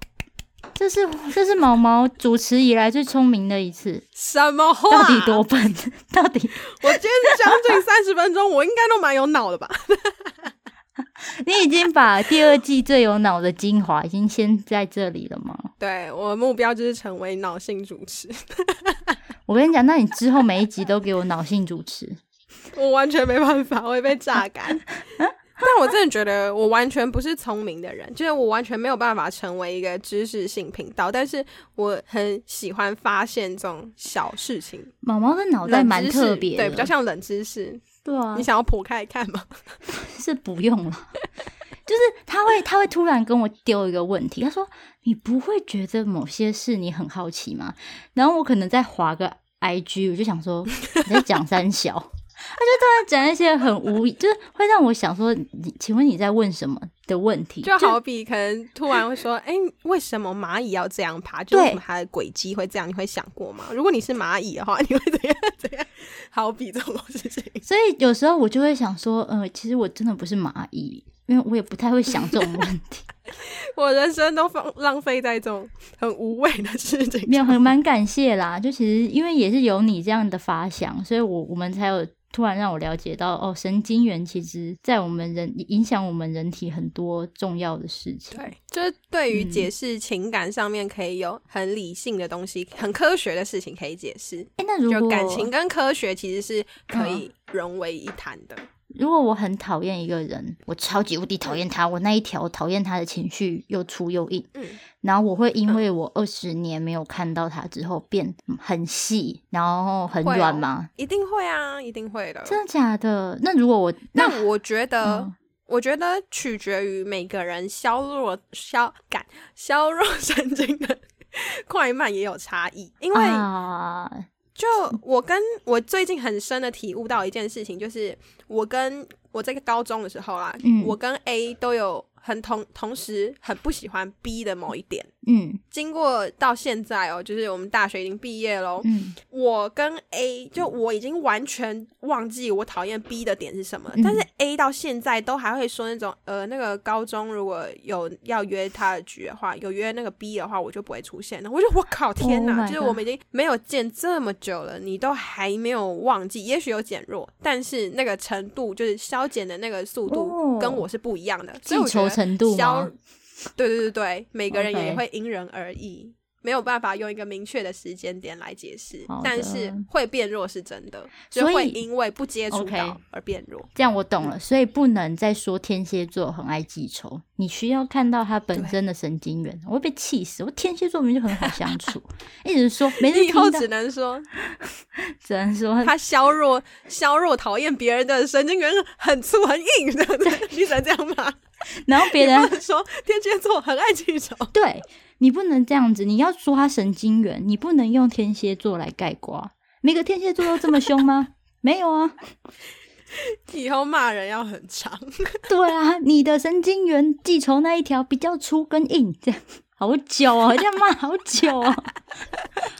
Speaker 1: 这是这是毛毛主持以来最聪明的一次，
Speaker 2: 什么话？
Speaker 1: 到底多？笨？ (laughs) 到底
Speaker 2: 我今天将近三十分钟，我应该都蛮有脑的吧？ (laughs)
Speaker 1: 你已经把第二季最有脑的精华已经先在这里了吗？
Speaker 2: 对我的目标就是成为脑性主持，
Speaker 1: 我跟你讲，那你之后每一集都给我脑性主持， (laughs)
Speaker 2: 我完全没办法，我会被榨干。但我真的觉得我完全不是聪明的人，就是我完全没有办法成为一个知识性频道，但是我很喜欢发现这种小事情。
Speaker 1: 毛毛的脑袋
Speaker 2: 冷
Speaker 1: 哦蛮
Speaker 2: 知识
Speaker 1: 特别的，
Speaker 2: 对，比较像冷知识。
Speaker 1: 对啊
Speaker 2: 你，想要剖开看吗？
Speaker 1: 是不用了。 (laughs) 就是他会，他会突然跟我丢一个问题，他说：“你不会觉得某些事你很好奇吗？”然后我可能在划个 IG，我就想说你在讲三小， (laughs) 他就突然讲一些很无，就是会让我想说，你请问你在问什么的问题？
Speaker 2: 就好比可能突然会说，哎、为什么蚂蚁要这样爬？就
Speaker 1: 对
Speaker 2: 是为什么它的轨迹会这样？你会想过吗？如果你是蚂蚁的话，你会怎样怎样？ (laughs) 好比这种事情，
Speaker 1: 所以有时候我就会想说，呃，其实我真的不是蚂蚁，因为我也不太会想这种问题，
Speaker 2: 我人生都放浪费在这种很无谓的事情。
Speaker 1: 没有，很蛮感谢啦。 (laughs) 就其实因为也是有你这样的发想，所以我我们才有突然让我了解到，哦，神经元其实在我们人影响我们人体很多重要的事情。
Speaker 2: 对，就是对于
Speaker 1: 嗯
Speaker 2: 解释情感上面可以有很理性的东西，很科学的事情可以解释。
Speaker 1: 哎，那如
Speaker 2: 就
Speaker 1: 果嗯
Speaker 2: 感情跟科学其实是可以融为一谈的。
Speaker 1: 如果我很讨厌一个人，我超级无敌讨厌他，我那一条讨厌他的情绪又粗又硬，
Speaker 2: 嗯
Speaker 1: 然后我会因为我二十年没有看到他之后变很细，然后很
Speaker 2: 会哦
Speaker 1: 软吗？
Speaker 2: 一定会啊，一定会的。
Speaker 1: 真的假的？那如果我那
Speaker 2: 但我觉得，
Speaker 1: 嗯
Speaker 2: 我觉得取决于每个人削弱削感削弱 (laughs) 神经的快慢也有差异，因为
Speaker 1: 啊，
Speaker 2: 就我跟我最近很深的体悟到一件事情，就是我跟我在高中的时候啦，
Speaker 1: 嗯
Speaker 2: 我跟 A 都有很同同时很不喜欢 B 的某一点。
Speaker 1: 嗯
Speaker 2: 经过到现在哦，就是我们大学已经毕业喽，
Speaker 1: 嗯
Speaker 2: 我跟 A 就我已经完全忘记我讨厌 B 的点是什么，
Speaker 1: 嗯
Speaker 2: 但是 A 到现在都还会说那种呃，那个高中如果有要约他的局的话，有约那个 B 的话，我就不会出现了。我就我靠，天哪
Speaker 1: Oh my
Speaker 2: 就是
Speaker 1: God
Speaker 2: 我们已经没有见这么久了，你都还没有忘记，也许有减弱，但是那个程度就是消减的那个速度
Speaker 1: 哦
Speaker 2: 跟我是不一样的，
Speaker 1: 记
Speaker 2: 所以我觉
Speaker 1: 仇
Speaker 2: 得
Speaker 1: 程度
Speaker 2: 消
Speaker 1: 吗？，
Speaker 2: 对对对对，每个人
Speaker 1: OK
Speaker 2: 也会因人而异，没有办法用一个明确的时间点来解释
Speaker 1: 好的，
Speaker 2: 但是会变弱是真的，就
Speaker 1: 所以
Speaker 2: 会因为不接触
Speaker 1: OK
Speaker 2: 到而变弱。
Speaker 1: 这样我懂
Speaker 2: 嗯
Speaker 1: 了，所以不能再说天蝎座很爱记仇，你需要看到他本身的神经元。我会被气死，我天蝎座明明就很好相处，
Speaker 2: (laughs)
Speaker 1: 一直说每次
Speaker 2: 你以
Speaker 1: 听
Speaker 2: 后
Speaker 1: 到
Speaker 2: 只能说
Speaker 1: 只能说
Speaker 2: 他削弱、削弱讨厌别人的神经元很粗很硬
Speaker 1: (laughs)
Speaker 2: 的，你只能这样骂。
Speaker 1: (laughs) 然后别
Speaker 2: 你
Speaker 1: 人
Speaker 2: 不能说天蝎座很爱记仇，
Speaker 1: 对你不能这样子，你要说他神经元，你不能用天蝎座来概括。啊每个天蝎座都这么凶
Speaker 2: (laughs)
Speaker 1: 吗？没有啊，
Speaker 2: 以后骂人要很长。
Speaker 1: 对啊，你的神经元记仇那一条比较粗跟硬，这样好久哦，这样骂好久
Speaker 2: (laughs)
Speaker 1: 哦，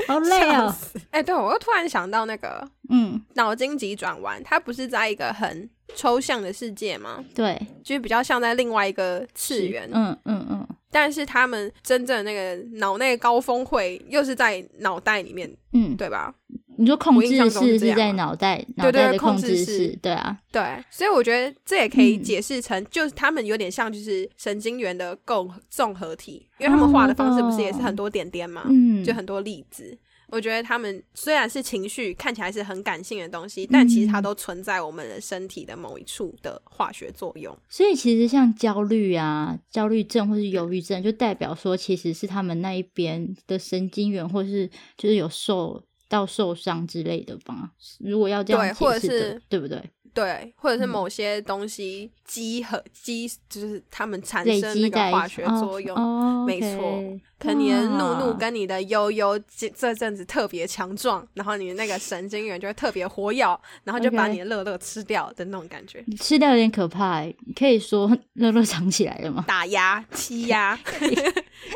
Speaker 1: 好累
Speaker 2: 笑
Speaker 1: 哦。
Speaker 2: 死哎、对我又突然想到那个
Speaker 1: 嗯，
Speaker 2: 脑筋急转弯，它不是在一个很抽象的世界吗？
Speaker 1: 对，
Speaker 2: 就是比较像在另外一个次元，
Speaker 1: 嗯嗯嗯，
Speaker 2: 但是他们真正的那个脑内高峰会又是在脑袋里面，
Speaker 1: 嗯，
Speaker 2: 对吧？
Speaker 1: 你说控
Speaker 2: 我印象
Speaker 1: 制
Speaker 2: 中是
Speaker 1: 室
Speaker 2: 这样
Speaker 1: 在
Speaker 2: 啊
Speaker 1: 脑袋，脑
Speaker 2: 对对
Speaker 1: 袋的
Speaker 2: 控
Speaker 1: 控
Speaker 2: 制
Speaker 1: 制
Speaker 2: 室
Speaker 1: 室，对啊，
Speaker 2: 对，所以我觉得这也可以
Speaker 1: 嗯
Speaker 2: 解释成，就是他们有点像就是神经元的共综合体，因为他们画的方式不是也是很多点点嘛，
Speaker 1: 嗯，
Speaker 2: 啊就很多粒子。我觉得他们虽然是情绪看起来是很感性的东西，但其实它都存在我们的身体的某一处的化学作用。
Speaker 1: 所以其实像焦虑啊、焦虑症或是忧郁症，就代表说其实是他们那一边的神经元，或是就是有受到受伤之类的吧。如果要这
Speaker 2: 对
Speaker 1: 样
Speaker 2: 或者
Speaker 1: 解释的
Speaker 2: 是，
Speaker 1: 对不对？
Speaker 2: 对，或者是
Speaker 1: 嗯
Speaker 2: 某些东西积和积，就是他们产
Speaker 1: 累
Speaker 2: 生
Speaker 1: 积
Speaker 2: 那个
Speaker 1: 在一
Speaker 2: 化
Speaker 1: 起
Speaker 2: 学
Speaker 1: 哦
Speaker 2: 作用。
Speaker 1: 哦，
Speaker 2: 没
Speaker 1: OK
Speaker 2: 错可能你的怒怒
Speaker 1: 哇
Speaker 2: 跟你的悠悠这这阵子特别强壮，然后你的那个神经元就会特别活跃，然后就把
Speaker 1: OK 嗯
Speaker 2: 你的乐乐吃掉的那种感觉，
Speaker 1: 吃掉有点可怕欸，可以说 (laughs) 乐乐藏起来了吗？
Speaker 2: 打压、
Speaker 1: (laughs)
Speaker 2: 欺压、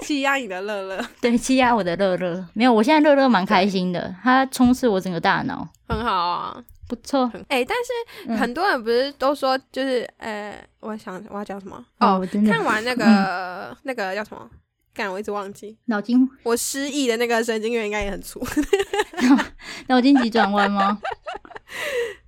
Speaker 2: 欺压你的乐乐，
Speaker 1: 对，欺压我的乐乐，没有，我现在乐乐蛮开心的，它充斥我整个大脑，
Speaker 2: 很好啊。
Speaker 1: 不错。
Speaker 2: 哎、但是
Speaker 1: 嗯
Speaker 2: 很多人不是都说，就是呃，我想我要讲什么？
Speaker 1: 哦
Speaker 2: 哦，
Speaker 1: 我真的
Speaker 2: 看完那个、
Speaker 1: 嗯
Speaker 2: 那个叫什么？干，我一直忘记。
Speaker 1: 脑筋
Speaker 2: 我失忆的那个神经元应该也很粗。
Speaker 1: 脑筋急转弯 (laughs) 吗？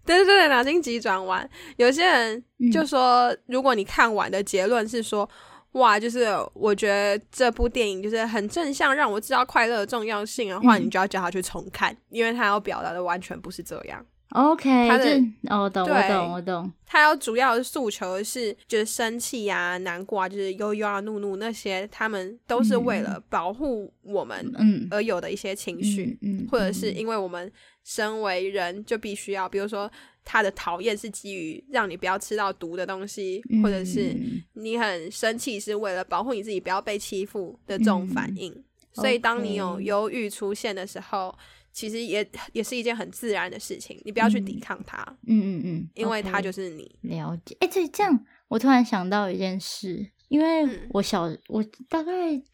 Speaker 2: 对对对，脑筋急转弯。有些人
Speaker 1: 嗯
Speaker 2: 就说，如果你看完的结论是说，哇，就是我觉得这部电影就是很正向，让我知道快乐的重要性的话，
Speaker 1: 嗯
Speaker 2: 你就要叫他去重看，因为他要表达的完全不是这样。
Speaker 1: OK，
Speaker 2: 他的
Speaker 1: 就哦，我懂，我
Speaker 2: 对
Speaker 1: 懂，我懂。
Speaker 2: 他要主要的诉求是，就是生气呀、难过啊，就是悠悠啊、怒怒那些，他们都是为了保护我们
Speaker 1: 嗯，
Speaker 2: 而有的一些情绪，
Speaker 1: 嗯，嗯
Speaker 2: 或者是
Speaker 1: 嗯
Speaker 2: 因为我们身为人就必须要，比如说他的讨厌是基于让你不要吃到毒的东西，
Speaker 1: 嗯
Speaker 2: 或者是
Speaker 1: 嗯
Speaker 2: 你很生气是为了保护你自己不要被欺负的这种反应。所以，当你有
Speaker 1: 嗯 OK
Speaker 2: 忧郁出现的时候，其实也也是一件很自然的事情，你不要去抵抗它，
Speaker 1: 嗯嗯嗯，
Speaker 2: 因为
Speaker 1: OK
Speaker 2: 它就是你。
Speaker 1: 了解。哎、对，这样我突然想到一件事，因为
Speaker 2: 嗯
Speaker 1: 我小我大概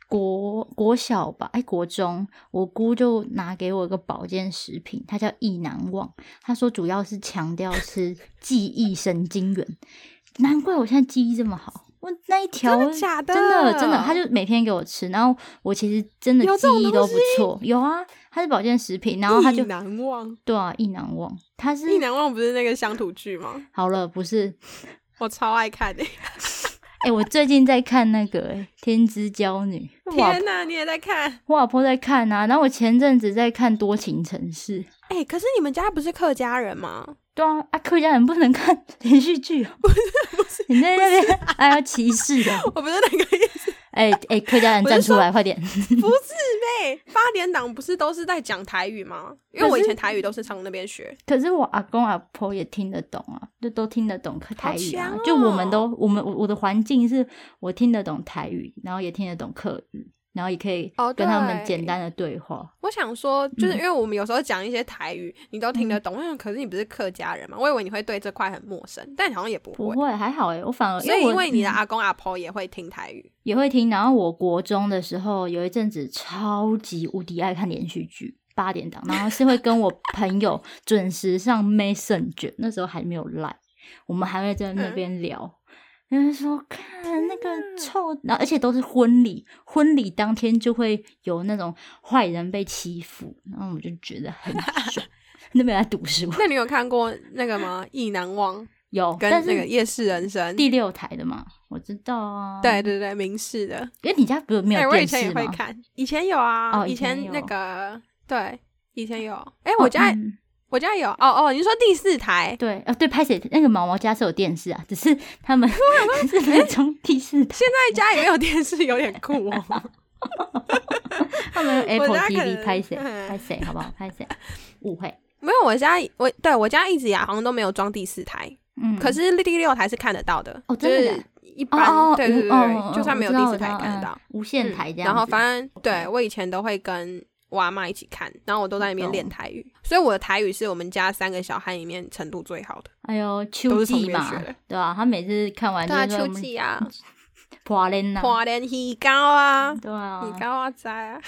Speaker 1: 国国小吧，哎、国中，我姑就拿给我一个保健食品，它叫益南旺，她说主要是强调
Speaker 2: (laughs)
Speaker 1: 吃记忆神经元，难怪我现在记忆这么
Speaker 2: (laughs)
Speaker 1: 好。我那一条
Speaker 2: 真的假的
Speaker 1: 真的真的，她就每天给我吃，然后我其实真的
Speaker 2: 有
Speaker 1: 记
Speaker 2: 这种
Speaker 1: 忆
Speaker 2: 东
Speaker 1: 都不
Speaker 2: 西
Speaker 1: 错。有啊，它是保健食品，然后它
Speaker 2: 意
Speaker 1: 就嗯
Speaker 2: 难忘，
Speaker 1: 对啊，益南旺，它是
Speaker 2: 意难忘不是那个乡土剧吗？
Speaker 1: 好了，不是
Speaker 2: 我超
Speaker 1: (laughs)
Speaker 2: 爱看的、
Speaker 1: 哎、我最近在看那个、欸《天之娇女》，我阿
Speaker 2: 天哪、你也在看？
Speaker 1: 我老婆在看啊，然后我前阵子在看《多情城市》。
Speaker 2: 哎、可是你们家不是客家人吗？
Speaker 1: 对啊，啊，客家人不能看 (laughs) 连续剧啊！不是不是，你在那边哎呀歧
Speaker 2: (laughs)
Speaker 1: 视啊！
Speaker 2: 我不是那个意思，
Speaker 1: 哎哎，客家人
Speaker 2: 我是
Speaker 1: 站出
Speaker 2: 说
Speaker 1: 来，快点！
Speaker 2: 不是呗？八点档不是都是在讲台语吗？因为我以前台语都是从那边学。
Speaker 1: 可是我阿公阿婆也听得懂啊，就都听得懂客台语啊。
Speaker 2: 强哦
Speaker 1: 就我们都我们我我的环境是我听得懂台语，然后也听得懂客语，然后也可以
Speaker 2: 哦
Speaker 1: 跟他们
Speaker 2: 对
Speaker 1: 简单的对话。
Speaker 2: 我想说，就是
Speaker 1: 嗯
Speaker 2: 因为我们有时候讲一些台语，你都听得懂，我想可是你不是客家人嘛？我以为你会对这块很陌生，但好像也不
Speaker 1: 不
Speaker 2: 会。
Speaker 1: 会，还好哎、我反而
Speaker 2: 所以
Speaker 1: 我
Speaker 2: 因为你的
Speaker 1: 嗯
Speaker 2: 阿公阿婆也会听台语，
Speaker 1: 也会听。然后我国中的时候有一阵子超级无敌爱看连续剧，八点档，然后是会跟我朋
Speaker 2: (laughs)
Speaker 1: 友准时上 Messenger，那时候还没有 Line，我们还会在那边聊。
Speaker 2: 嗯
Speaker 1: 有人说看那个臭，然后而且都是婚礼，婚礼当天就会有那种坏人被欺负，然后我就觉得很
Speaker 2: (laughs)
Speaker 1: 爽。那边来读书
Speaker 2: 那你有看过那个吗？《意难忘》
Speaker 1: 有，
Speaker 2: 跟
Speaker 1: 但
Speaker 2: 那个《
Speaker 1: 是
Speaker 2: 夜市人生》
Speaker 1: 第六台的嘛，我知道啊。
Speaker 2: 对，对对，明视的。
Speaker 1: 因为你家不是没
Speaker 2: 哎、
Speaker 1: 有
Speaker 2: 我以
Speaker 1: 电
Speaker 2: 前也
Speaker 1: 视
Speaker 2: 会
Speaker 1: 吗？
Speaker 2: 看，以前有啊，
Speaker 1: 哦以
Speaker 2: 以
Speaker 1: 前
Speaker 2: 前那
Speaker 1: 有
Speaker 2: 个对，以前有。哎、我家、
Speaker 1: 嗯
Speaker 2: 我家有，哦哦，你说第四台？
Speaker 1: 对，呃，对，拍谁？那个毛毛家是有电视啊，只是他
Speaker 2: (laughs)
Speaker 1: 们是没从第四台，
Speaker 2: 现在家也没有电视，有点酷哦。
Speaker 1: 他们用 Apple
Speaker 2: 家可
Speaker 1: TV
Speaker 2: 能
Speaker 1: 拍谁？
Speaker 2: 嗯
Speaker 1: 拍谁？好不好？拍谁？误会，
Speaker 2: 没有，我家我对我家一直以来好像都没有装第四台，
Speaker 1: 嗯，
Speaker 2: 可是第六台是看得到的，
Speaker 1: 哦真的
Speaker 2: 就
Speaker 1: 假的
Speaker 2: 是一
Speaker 1: 哦
Speaker 2: 般，
Speaker 1: 哦，
Speaker 2: 对对对对，
Speaker 1: 哦哦哦
Speaker 2: 就算没有
Speaker 1: 我知道
Speaker 2: 第四台
Speaker 1: 我知道
Speaker 2: 看得到
Speaker 1: 嗯，无线台
Speaker 2: 嗯
Speaker 1: 这样子。
Speaker 2: 然后反正
Speaker 1: OK
Speaker 2: 对我以前都会跟我阿妈一起看，然后我都在那边
Speaker 1: 懂
Speaker 2: 练台语，所以我的台语是我们家三个小孩里面程度最好的。
Speaker 1: 哎呦，
Speaker 2: 都
Speaker 1: 秋
Speaker 2: 是从
Speaker 1: 季
Speaker 2: 那边
Speaker 1: 嘛
Speaker 2: 学的，
Speaker 1: 对啊吧？他每次看完就
Speaker 2: 对啊，
Speaker 1: 是
Speaker 2: 秋季啊，
Speaker 1: 破人呐，
Speaker 2: 花莲鱼高啊，
Speaker 1: 对啊
Speaker 2: 鱼，高啊仔啊，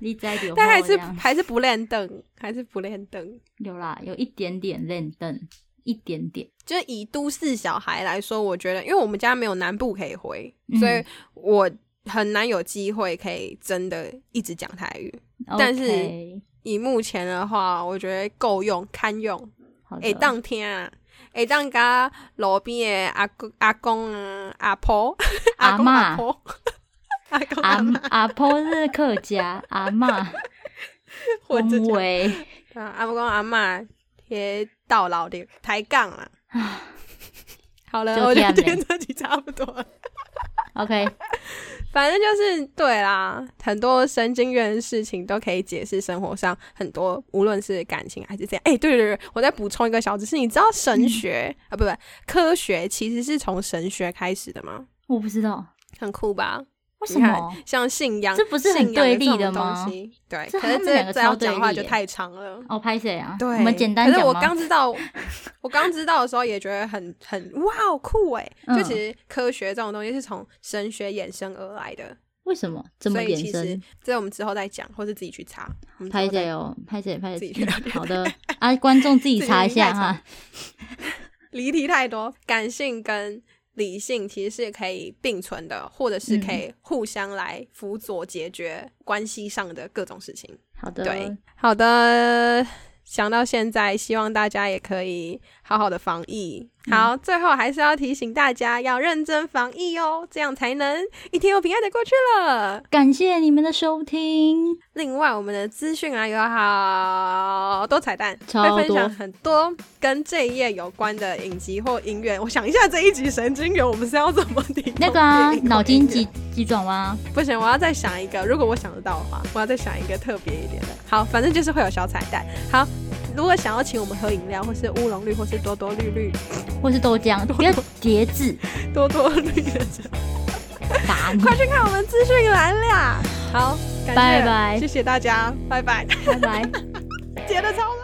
Speaker 1: 你在有，
Speaker 2: 但还是还是不练凳，还是不练凳。
Speaker 1: 有啦，有一点点认凳，一点点，
Speaker 2: 就是以都市小孩来说，我觉得，因为我们家没有南部可以回，
Speaker 1: 嗯
Speaker 2: 所以我很难有机会可以真的一直讲台语。但是
Speaker 1: OK，
Speaker 2: 以目前的话，我觉得够用，堪用，
Speaker 1: 好的
Speaker 2: 会当听啊，会当甲路边的阿公阿公啊、阿婆、 (laughs)
Speaker 1: 阿
Speaker 2: 公
Speaker 1: 嬷
Speaker 2: 阿婆、 (laughs) 阿公
Speaker 1: 阿
Speaker 2: 阿嬷
Speaker 1: 阿婆是客家，阿
Speaker 2: (laughs)
Speaker 1: 妈
Speaker 2: 混着
Speaker 1: 恭
Speaker 2: 讲
Speaker 1: 维。
Speaker 2: 啊，阿公阿嬷迄到老的抬杠啊。好了，
Speaker 1: 就
Speaker 2: 我觉得
Speaker 1: 这
Speaker 2: 今
Speaker 1: 样
Speaker 2: 天这集差不多了。
Speaker 1: OK，
Speaker 2: 反正就是对啦，很多神经元的事情都可以解释生活上很多，无论是感情还是这样。哎、对对对，我再补充一个小知识，你知道神
Speaker 1: (laughs)
Speaker 2: 学、啊，不不，科学其实是从神学开始的吗？
Speaker 1: 我不知道
Speaker 2: 很酷吧？
Speaker 1: 为
Speaker 2: 你
Speaker 1: 什
Speaker 2: 看
Speaker 1: 么
Speaker 2: 像信仰，
Speaker 1: 这不是很
Speaker 2: 信仰
Speaker 1: 对
Speaker 2: 这种
Speaker 1: 立的吗
Speaker 2: 东西？对，
Speaker 1: 这
Speaker 2: 可
Speaker 1: 他
Speaker 2: 是
Speaker 1: 们两
Speaker 2: 这
Speaker 1: 个
Speaker 2: 这
Speaker 1: 超
Speaker 2: 要讲
Speaker 1: 对
Speaker 2: 话
Speaker 1: 立
Speaker 2: 就
Speaker 1: 耶
Speaker 2: 太长了。
Speaker 1: 哦，拍谁啊？
Speaker 2: 对，
Speaker 1: 我们简单
Speaker 2: 可是
Speaker 1: 讲
Speaker 2: 我
Speaker 1: 吗？
Speaker 2: 刚知道，我刚知道的时候也觉得很很哇哦酷哎！
Speaker 1: 嗯
Speaker 2: 就其实科学这种东西是从神学衍生而来的，
Speaker 1: 为什么怎么
Speaker 2: 所以
Speaker 1: 衍
Speaker 2: 其实
Speaker 1: 生？
Speaker 2: 这我们之后再讲，或是自己去查。我们之后
Speaker 1: 拍
Speaker 2: 再
Speaker 1: 谁哦？拍谁？拍
Speaker 2: 自
Speaker 1: 谁
Speaker 2: 己去了
Speaker 1: (laughs)
Speaker 2: 解？
Speaker 1: 好的啊，观众自己
Speaker 2: 自己
Speaker 1: 查一
Speaker 2: 应该
Speaker 1: 下哈。
Speaker 2: 离题太多，感性跟理性其实是可以并存的，或者
Speaker 1: 嗯
Speaker 2: 是可以互相来辅佐解决关系上的各种事情。
Speaker 1: 好的，
Speaker 2: 对，好的，想到现在，希望大家也可以好好的防疫。
Speaker 1: 嗯
Speaker 2: 好，最后还是要提醒大家要认真防疫哦，这样才能一天又平安的过去了。
Speaker 1: 感谢你们的收听，
Speaker 2: 另外，我们的资讯啊有好多彩蛋，
Speaker 1: 超
Speaker 2: 会
Speaker 1: 多
Speaker 2: 分享很多跟这一页有关的影集或音乐。我想一下，这一集神经元我们是要怎么听？
Speaker 1: 那个啊，脑筋急
Speaker 2: 急
Speaker 1: 急转弯啊，
Speaker 2: 不行，我要再想一个。如果我想得到的话，我要再想一个特别一点的。好，反正就是会有小彩蛋。好，如果想要请我们喝饮料，或是乌龙绿，或是多多绿绿， (laughs)
Speaker 1: 或是豆浆，不要叠字，
Speaker 2: 多多绿绿的茶，
Speaker 1: 打你，
Speaker 2: 快去看我们资讯栏啦。好，感谢
Speaker 1: 拜拜
Speaker 2: 谢谢大家，拜拜。 (laughs)
Speaker 1: 拜拜。
Speaker 2: 截的超烂。